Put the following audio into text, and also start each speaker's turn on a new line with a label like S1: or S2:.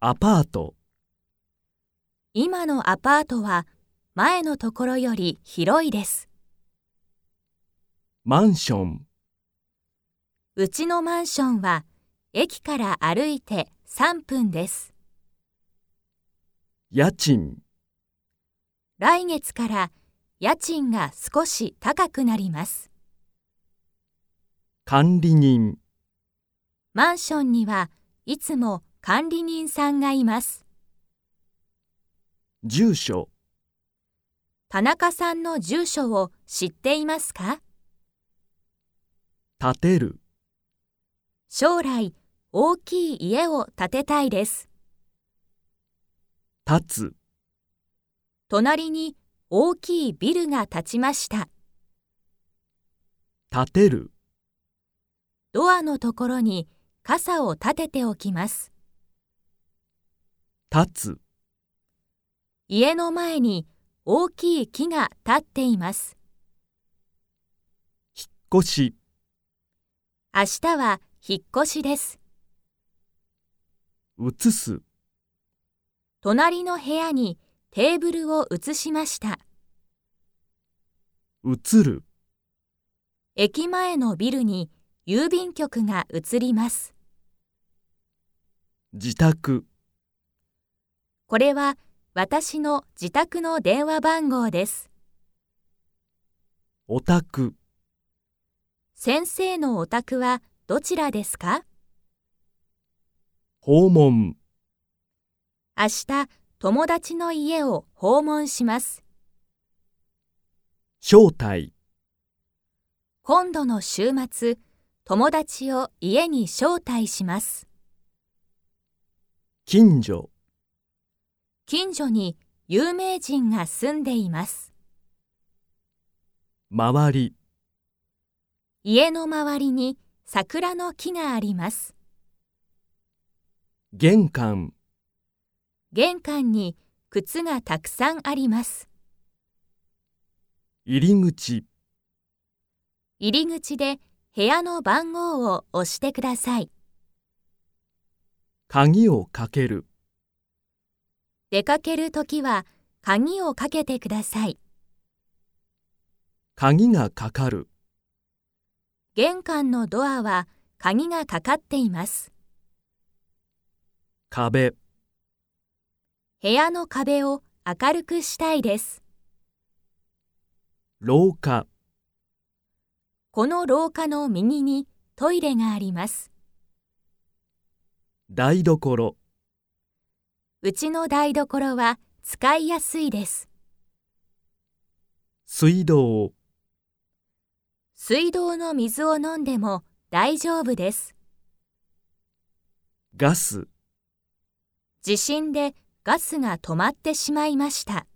S1: アパート、
S2: 今のアパートは前のところより広いです。
S1: マンション、
S2: うちのマンションは駅から歩いて3分です。
S1: 家賃、
S2: 来月から家賃が少し高くなります。
S1: 管理人、
S2: マンションにはいつも管理人さんがいます。
S1: 住所、
S2: 田中さんの住所を知っていますか
S1: 建てる、
S2: 将来大きい家を建てたいです。
S1: 立つ、
S2: 隣に大きいビルが建ちました。
S1: 建てる、
S2: ドアのところに傘を立てておきます。
S1: 立つ、
S2: 家の前に大きい木が立っています。
S1: 引っ越し、
S2: 明日は引っ越しです。
S1: 移す、
S2: 隣の部屋にテーブルを移しました。
S1: 移る、
S2: 駅前のビルに郵便局が移ります。
S1: 自宅、
S2: これは私の自宅の電話番号です。
S1: お宅、
S2: 先生のお宅はどちらですか
S1: 訪問、
S2: 明日、友達の家を訪問します。
S1: 招待、
S2: 今度の週末、友達を家に招待します。
S1: 近所、
S2: 近所に有名人が住んでいます。
S1: 周り、
S2: 家の周りに桜の木があります。
S1: 玄関、
S2: 玄関に靴がたくさんあります。
S1: 入り口、
S2: 入り口で部屋の番号を押してください。
S1: 鍵をかける、
S2: 出かけるときは鍵をかけてください。
S1: 鍵がかかる、
S2: 玄関のドアは鍵がかかっています。
S1: 壁、
S2: 部屋の壁を明るくしたいです。
S1: 廊下、
S2: この廊下の右にトイレがあります。
S1: 台所、
S2: うちの台所は使いやすいです。
S1: 水道、
S2: 水道の水を飲んでも大丈夫です。
S1: ガス。
S2: 地震でガスが止まってしまいました。